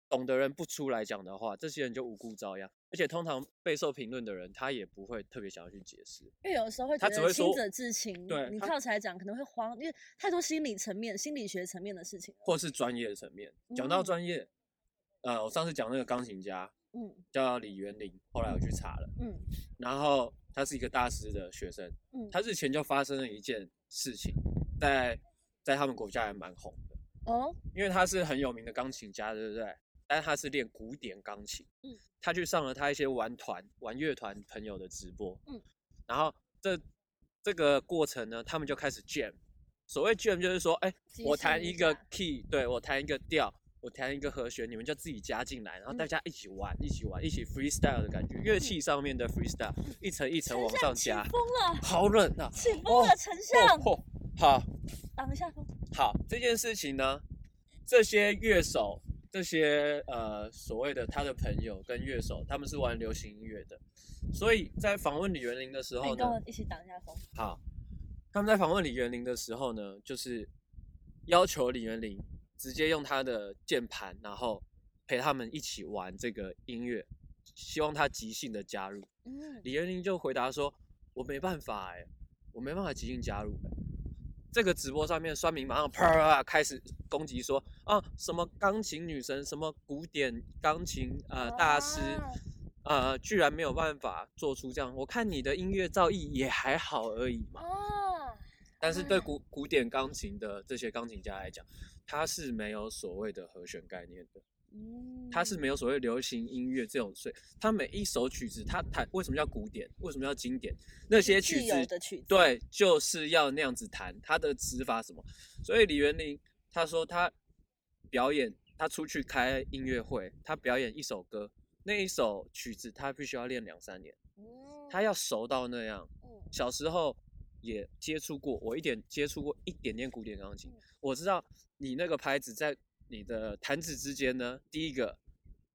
懂的人不出来讲的话，这些人就无辜遭殃。而且通常备受评论的人，他也不会特别想要去解释。因为有时候会觉他只得会清说者自清，对你他跳起来讲可能会慌，因为太多心理层面、心理学层面的事情了。或是专业层面，讲到嗯专业，呃，我上次讲那个钢琴家嗯叫李元林，后来我去查了，嗯然后他是一个大师的学生，嗯，他日前就发生了一件事情，在在他们国家还蛮红的。哦，因为他是很有名的钢琴家，对不对？但他是练古典钢琴，嗯他去上了他一些玩团、玩乐团朋友的直播，嗯然后这这个过程呢，他们就开始 jam。所谓 jam 就是说，哎、即我兴弹一一个下 key，对我弹一个调，我弹一个和弦，你们就自己加进来，然后嗯大家一起玩，一起玩，一起 freestyle 的感觉，乐器上面的 freestyle 一层一层丞往相上起加，风了，好冷啊！起风了，丞相，哦，好，挡一下风。好，这件事情呢，这些乐手，这些呃所谓的他的朋友跟乐手，他们是玩流行音乐的，所以在访问李元林的时那候你呢哎跟，我一起挡一下风。好，他们在访问李元林的时候呢，就是要求李元林直接用他的键盘，然后陪他们一起玩这个音乐，希望他即兴的加入。嗯，李元林就回答说：“我没办法哎、我没办法即兴加入、欸。”这个直播上面，酸民马上啪啪啪开始攻击说：“啊，什么钢琴女神，什么古典钢琴呃大师，呃，居然没有办法做出这样。我看你的音乐造诣也还好而已嘛。哦，但是对啊古古典钢琴的这些钢琴家来讲，他是没有所谓的和弦概念的。嗯它是没有所谓流行音乐这种，所以它每一首曲子，它弹为什么叫古典，为什么叫经典？那些曲自子由的曲子，对，就是要那样子弹，他的指法什么。所以李元林他说他表演，他出去开音乐会，他表演一首歌，那一首曲子他必须要练两三年，嗯，他要熟到那样。嗯小时候也接触过，我一点接触过一点点古典钢琴嗯，我知道你那个拍子在你的弹指之间呢，第一个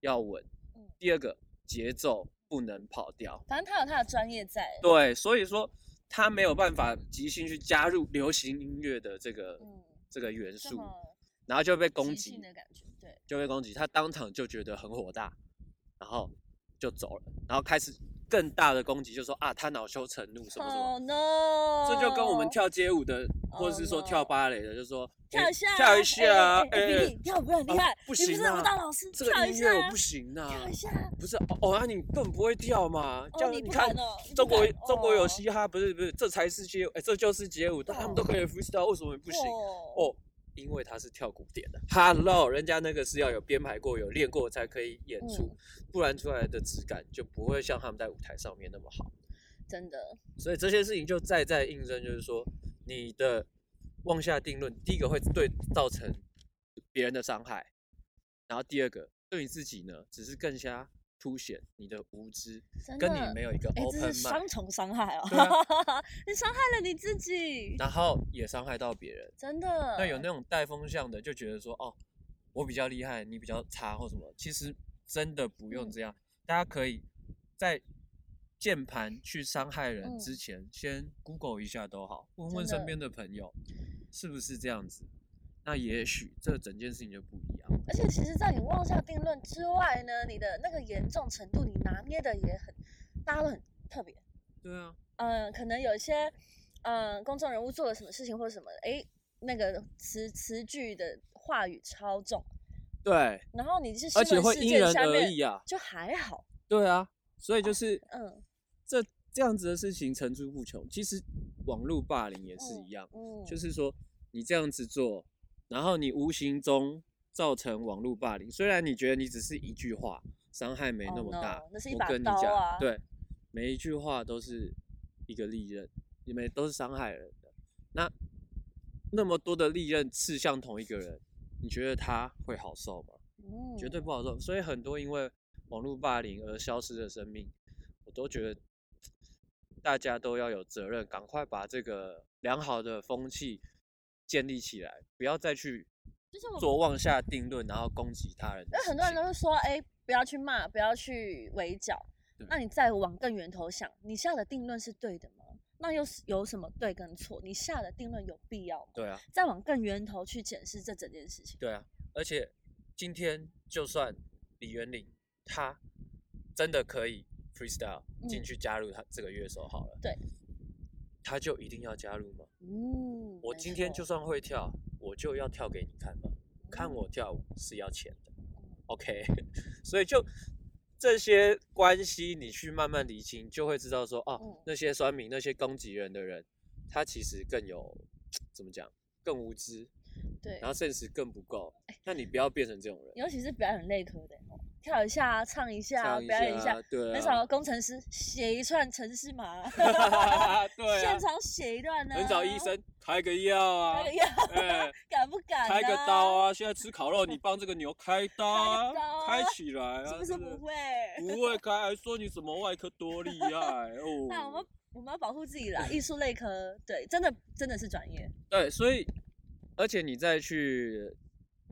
要稳嗯，第二个节奏不能跑调。反正他有他的专业在，对，所以说他没有办法即兴去加入流行音乐的这个、嗯，这个元这素，么然后就被攻即击兴，的感觉，对，就被攻击。他当场就觉得很火大，然后就走了，然后开始更大的攻击，就说啊，他恼羞成怒什么什么。 Oh no！这就跟我们跳街舞的，或者是说 Oh no 跳芭蕾的，就说哦跳诶一下啊，跳一下啊，哎，比哎你，跳舞很厉啊害，不你行不是啊舞蹈老师，这个跳一音下乐啊我不行啊跳一，下啊，不是哦哦，那你根本不会跳嘛，这哦，样你不看敢哦，你中不国敢中国有哦嘻哈，不是不是，这才是街舞，哎、这就是街舞，但他们都可以 freestyle，为什么你不行？哦，哦，因为他是跳古典的。Hello，人家那个是要有编排过、有练过才可以演嗯出，不然出来的质感就不会像他们在舞台上面那么好。真的，所以这些事情就再再印证，就是说你的妄下定论，第一个会对造成别人的伤害，然后第二个对你自己呢，只是更加凸显你的无知，真的，跟你没有一个哎，这 open 是 mind。双重伤害哦对啊，你伤害了你自己，然后也伤害到别人。真的。那有那种带风向的，就觉得说哦，我比较厉害，你比较差或什么，其实真的不用嗯这样。大家可以在键盘去伤害人之前，先 Google 一下都好，问嗯问真身的边的朋友是不是这样子。那也许这整件事情就不一样。而且其实，在你妄下定论之外呢，你的那个严重程度，你拿捏的也很，大家都很特别。对啊，嗯，可能有一些，嗯，公众人物做了什么事情或者什么，诶，那个词词句的话语超重，对，然后你是新而且闻会事因件人下而面异啊。就还好，对啊，所以就是嗯这这样子的事情层出不穷。其实网络霸凌也是一样。嗯，就是说你这样子做，然后你无形中造成网络霸凌。虽然你觉得你只是一句话，伤害没那 Oh 么大 no，那是一把我跟你刀讲，啊对，每一句话都是一个利刃，你们都是伤害人的。那那么多的利刃刺向同一个人，你觉得他会好受吗？嗯绝对不好受。所以很多因为网络霸凌而消失的生命，我都觉得大家都要有责任，赶快把这个良好的风气建立起来，不要再去就是我做妄下定论，然后攻击他人的因为事情。很多人都是说，哎、不要去骂，不要去围剿对。那你再往更源头想，你下的定论是对的吗？那又是有什么对跟错？你下的定论有必要吗？对啊，再往更源头去检视这整件事情。对啊，而且今天就算李元领他真的可以 freestyle 进嗯去加入他这个乐手好了，对，他就一定要加入吗？嗯，我没今天就错算会跳，我就要跳给你看嘛。看我跳舞是要钱的，OK。所以 [LAUGHS] 就这些关系，你去慢慢理清，就会知道说，哦嗯，那些酸民、那些攻击人的人，他其实更有怎么讲，更无知，嗯对哎然，后甚至更不够。那你不要变成这种人，尤其是表演类科的，哦跳一下啊、唱一下啊、唱一表演一下。下，对很少啊有，工程师写一串程式码啊， [LAUGHS] 对啊现，场写一段呢、啊很少医，生开个药啊哎，呀，哎。敢不敢、啊？开个刀啊！现在吃烤肉，你帮这个牛开刀啊开刀，啊开起来啊！是不是对对不会？不会开，还说你什么外科多厉害哦。 [LAUGHS] 那我们我们要保护自己啦，艺术类科，对，真的真的是专业，对，所以而且你再去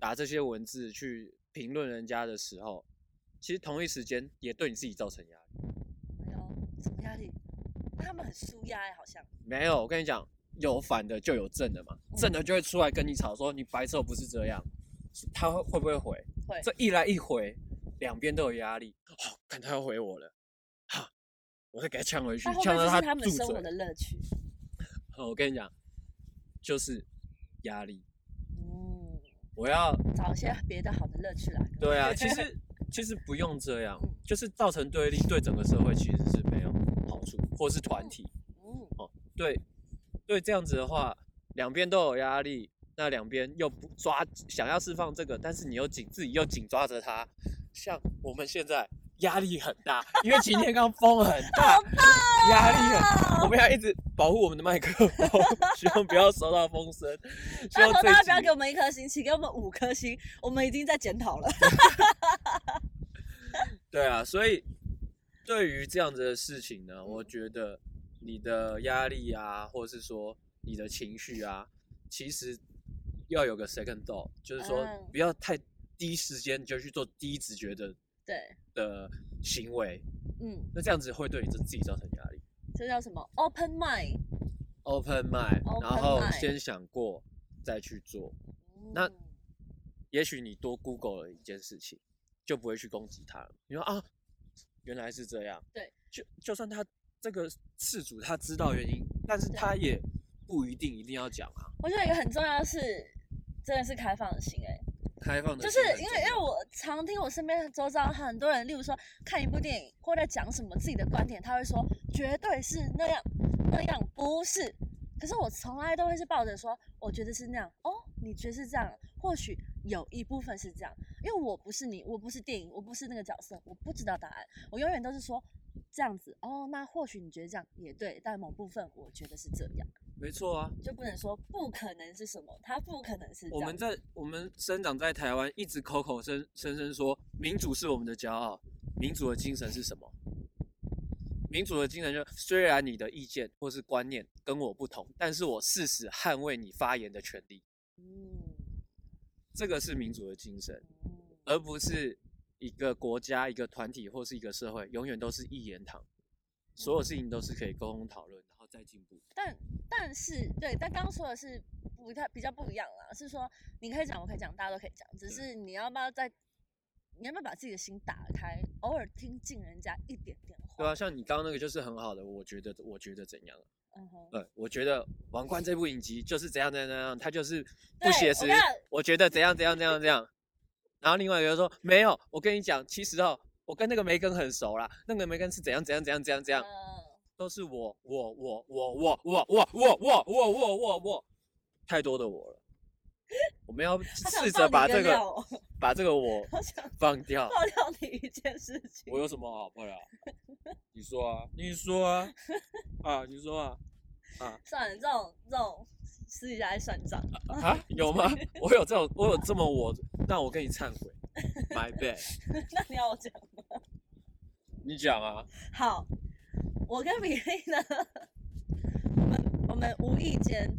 打这些文字去评论人家的时候，其实同一时间也对你自己造成压力。哎呦，什么压力？他们很舒压哎，好像，没有，我跟你讲，有反的就有正的嘛，嗯正的就会出来跟你吵说你白痴我不是这样，他会会不会回？会这一来一回，两边都有压力。哦，看他要回我了，哈，我再给他呛回去但，后呛面到这是他他们住生嘴活。的乐趣。我跟你讲，就是压力。嗯，我要找一些别的好的乐趣啦。各位对啊，其 [LAUGHS] 实其实不用这样，嗯就是造成对立，对整个社会其实是没有好处，或是团体嗯，对对这样子的话，两边都有压力，那两边又不抓，想要释放这个，但是你又紧自己又紧抓着它，像我们现在压力很大，因为今天刚风很大，压力很啊我们要一直保护我们的麦克风， [LAUGHS] 希望不要收到风声。希 [LAUGHS] [LAUGHS] 拜望托这大家一不要给集我们一颗星，请给我们五颗星，我们已经在检讨了。 [LAUGHS] 对啊，所以对于这样子的事情呢，嗯我觉得你的压力啊，或者是说你的情绪啊，其实要有个 second thought，就是说嗯不要太第一时间就去做第一直觉的对，的行为，嗯，那这样子会对你自己造成压力。这叫什么？Open mind。 Open mind，然 Open 后 mind 先想过再去做。那嗯也许你多 Google 了一件事情，就不会去攻击他了。你说啊，原来是这样。对，就就算他这个事主他知道原因，但是对他也不一定一定要讲啊。我觉得一个很重要的是，真的是开放性哎、开放的就是心很因重为因为要我常听我身边周遭很多人，例如说看一部电影或者讲什么自己的观点，他会说绝对是那样，那样不是。可是我从来都会是抱着说，我觉得是那样哦，你觉得是这样，或许有一部分是这样，因为我不是你，我不是电影，我不是那个角色，我不知道答案，我永远都是说这样子哦，那或许你觉得这样也对，但某部分我觉得是这样，没错啊。就不能说不可能是什么，它不可能是这我样们在我们生长在台湾，一直口口声声声说民主是我们的骄傲，民主的精神是什么？民主的精神就是，虽然你的意见或是观念跟我不同，但是我誓死捍卫你发言的权利。嗯这个是民主的精神。嗯而不是一个国家、一个团体或是一个社会，永远都是一言堂，所有事情都是可以沟通讨论，然后再进步。但但是对，但刚刚说的是不太比较不一样啦，是说你可以讲，我可以讲，大家都可以讲，只对是你要不要在，你要不要把自己的心打开，偶尔听进人家一点点话。对啊，像你刚刚那个就是很好的，我觉得我觉得怎样？嗯哼，呃，我觉得《王冠》这部影集就是怎样怎样怎样，它就是对不写我实跟你讲。我觉得怎样怎样怎样怎样。然后另外一个就说没有，我跟你讲，其实哦，我跟那个梅根很熟啦，那个梅根是怎样怎样怎样怎样怎样，嗯都是我我我我我我我我我我我我我太多的我了。我们要好想试爆着你把的这料个哦把这 [LAUGHS] 个我好想放掉爆。料你一件事情我。有什么好不了？你说啊，你说啊，啊，你说啊，算了，这种这种私底下在算账。啊，有吗？我有这种，我有这么我，那我跟你忏悔 [LAUGHS]，my bad。那你要我讲吗？你讲啊，好，我跟米粒呢，我们我们无意间，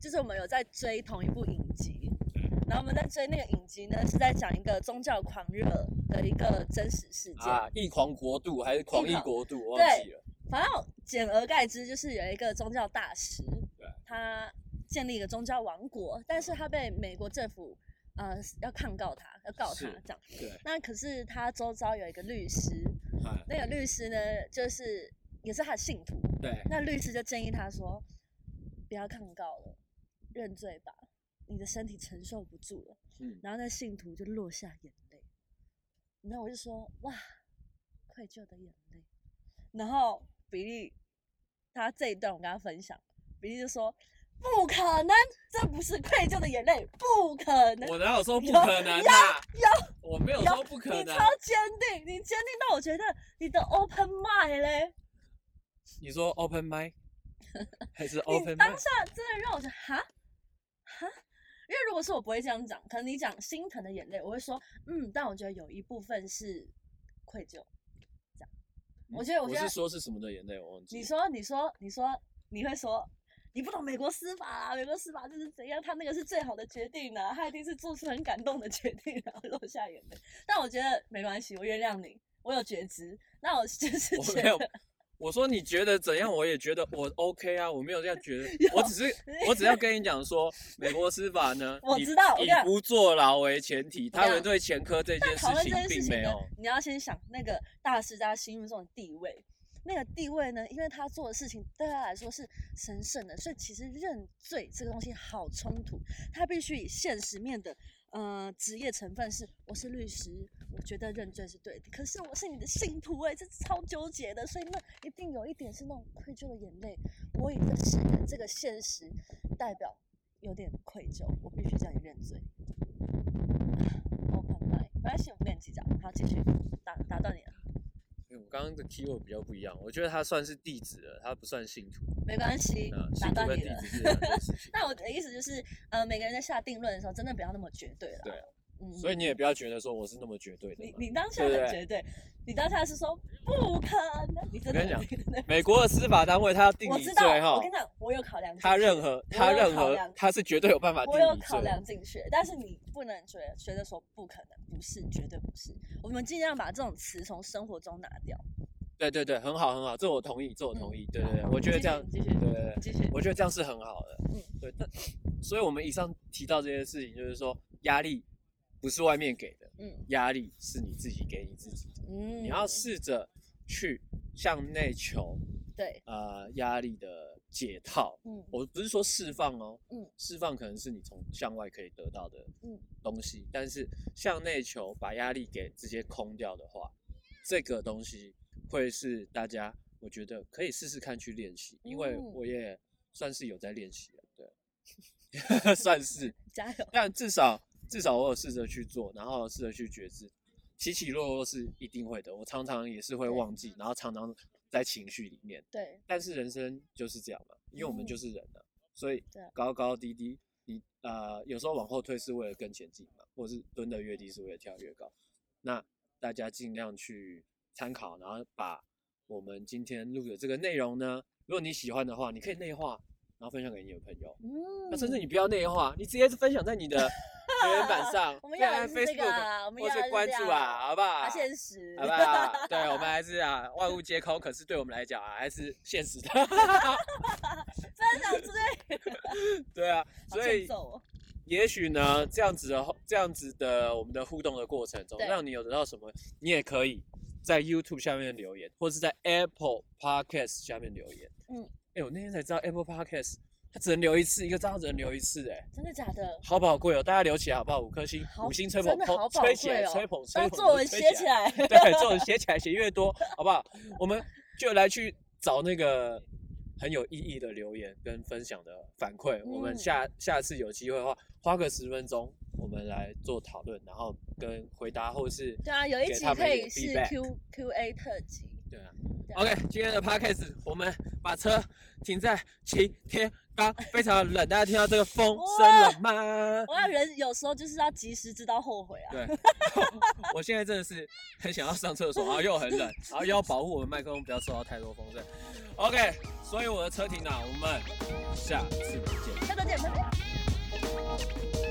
就是我们有在追同一部影集，嗯然后我们在追那个影集呢，是在讲一个宗教狂热的一个真实事件。啊，一狂国度还是狂一一狂国度？我忘对记了。反正简而概之，就是有一个宗教大师对，他建立一个宗教王国，但是他被美国政府呃要抗告他，要告他是这样。对，那可是他周遭有一个律师，哎，那个律师呢，就是也是他的信徒，对，那律师就建议他说，不要抗告了，认罪吧，你的身体承受不住了。嗯，然后那信徒就落下眼泪，然后我就说，哇，愧疚的眼泪。然后比利，他这一段我跟他分享，比利就说，不可能，这不是愧疚的眼泪，不可能。我哪有说不有可能啊？我没有有说不可你能啊超。坚定，你坚定到我觉得你的 open mind 嘞，你说 [LAUGHS] open mic 还是你 open 当 mic？下真的让我觉得哈哈，因为如果是我不会这样讲，可能你讲心疼的眼泪，我会说嗯，但我觉得有一部分是愧疚。我觉得我觉我得是说是什么的眼泪，我忘记。你，说，你说，你说，你会说你不懂美国司法啊？美国司法就是怎样？他那个是最好的决定呢、啊他一定是做出很感动的决定，然后落下眼泪。但我觉得没关系，我原谅你，我有觉知。那我就是我觉没有得，。我说你觉得怎样？我也觉得 [LAUGHS] 我 OK 啊，我没有这样觉得有，我只是我只要跟你讲说，美国司法呢，我以知道我跟以你讲不坐牢为前跟你提，他们讲对前科这件但讨论这件事并情没呢有，你要先想那个大师在他心目中的地位。那个地位呢？因为他做的事情对他来说是神圣的，所以其实认罪这个东西好冲突。他必须以现实面的呃职业成分是，我是律师，我觉得认罪是对的，可是我是你的信徒哎、这超纠结的。所以那一定有一点是那种愧疚的眼泪，我也在饰演这个现实，代表有点愧疚，我必须向你认罪。Open mind，没关系，我们练几招。好，继续，打打断你了，哎我刚刚的 keyword 比较不一样，我觉得他算是弟子了，他不算信徒。没关系啊，，打信徒断跟你弟了。子。是两件事情 [LAUGHS] 那我的意思就是，呃，每个人在下定论的时候，真的不要那么绝对了。对啊嗯，所以你也不要觉得说我是那么绝对的你嘛。你当下对不很对绝对，你当下是说不可能，你真的我跟你讲真的美国的司法单位他要定我你知罪道，我哈跟，你讲，我有考量进去，他任何他有任考何量他是绝对有办法定我有你考罪的。量进去，但是你不能觉得觉得说不可能，不是，绝对不是。我们尽量把这种词从生活中拿掉。对对对，很好很好，这我同意，这我同嗯意。对对对，我觉得这样，继续对对对。继续，我觉得这样是很好的。嗯嗯，对。但所以我们以上提到这些事情，就是说压力不是外面给的，嗯压力是你自己给你自己的。嗯，你要试着去向内求对，呃压力的解套。嗯我不是说释放哦，嗯嗯，释放可能是你从向外可以得到的嗯东西，但是向内求把压力给直接空掉的话，这个东西会是大家我觉得可以试试看去练习，因为嗯我也算是有在练习了，对， [LAUGHS] 算是，加油。但至少至少我有试着去做，然后试着去觉知，起起落落是一定会的，我常常也是会忘记，然后常常在情绪里面。对，但是人生就是这样嘛，因为我们就是人啊，所以嗯对高高低低，你呃有时候往后退是为了更前进嘛，或是蹲得越低是为了跳越高。那大家尽量去参考，然后把我们今天录的这个内容呢，如果你喜欢的话，你可以内化，然后分享给你的朋友。嗯那甚至你不要内化，你直接分享在你的留言板 [LAUGHS] 上，我们要的在是这个 Facebook 啊，我们或要的是是关这注样啊，，好不好？啊，现实，好不好？对我们还是啊，万物皆空，可是对我们来讲啊，还是现实的。 [LAUGHS] 分享出去，对啊，好所欠以揍哦。也许呢，这样子的后这样子的我们的互动的过程中，对让你有得到什么，你也可以在 YouTube 下面留言，或是在 Apple Podcast 下面留言。嗯嗯，哎、我那天才知道 Apple Podcast 它只能留一次，一个账号只能留一次、哎，真的假 [LAUGHS] 的？好宝贵哦！大家留起来好不好？五颗星好，五星吹捧，真的好捧宝吹起来，贵哦吹捧，吹把捧，作文吹写起来， [LAUGHS] [LAUGHS] 对，这种写起来写越多，好不好？我们就来去找那个很有意义的留言跟分享的反馈。我们嗯下下次有机会的话，花个十分钟，我们来做讨论，然后跟回答或是对啊，有一给集他们可一以个是 feedback Q Q A 特辑， [LAUGHS] 对啊。对啊 OK，今天的 podcast 我们把车停在晴天刚，非常冷，大家听到这个风声了吗？我要人有时候就是要及时知道后悔啊。对，我现在真的是很想要上厕所，然后又很冷，然后又要保护我们麦克风不要受到太多风声。OK，所以我的车停哪？我们下次见。下周见，拜拜。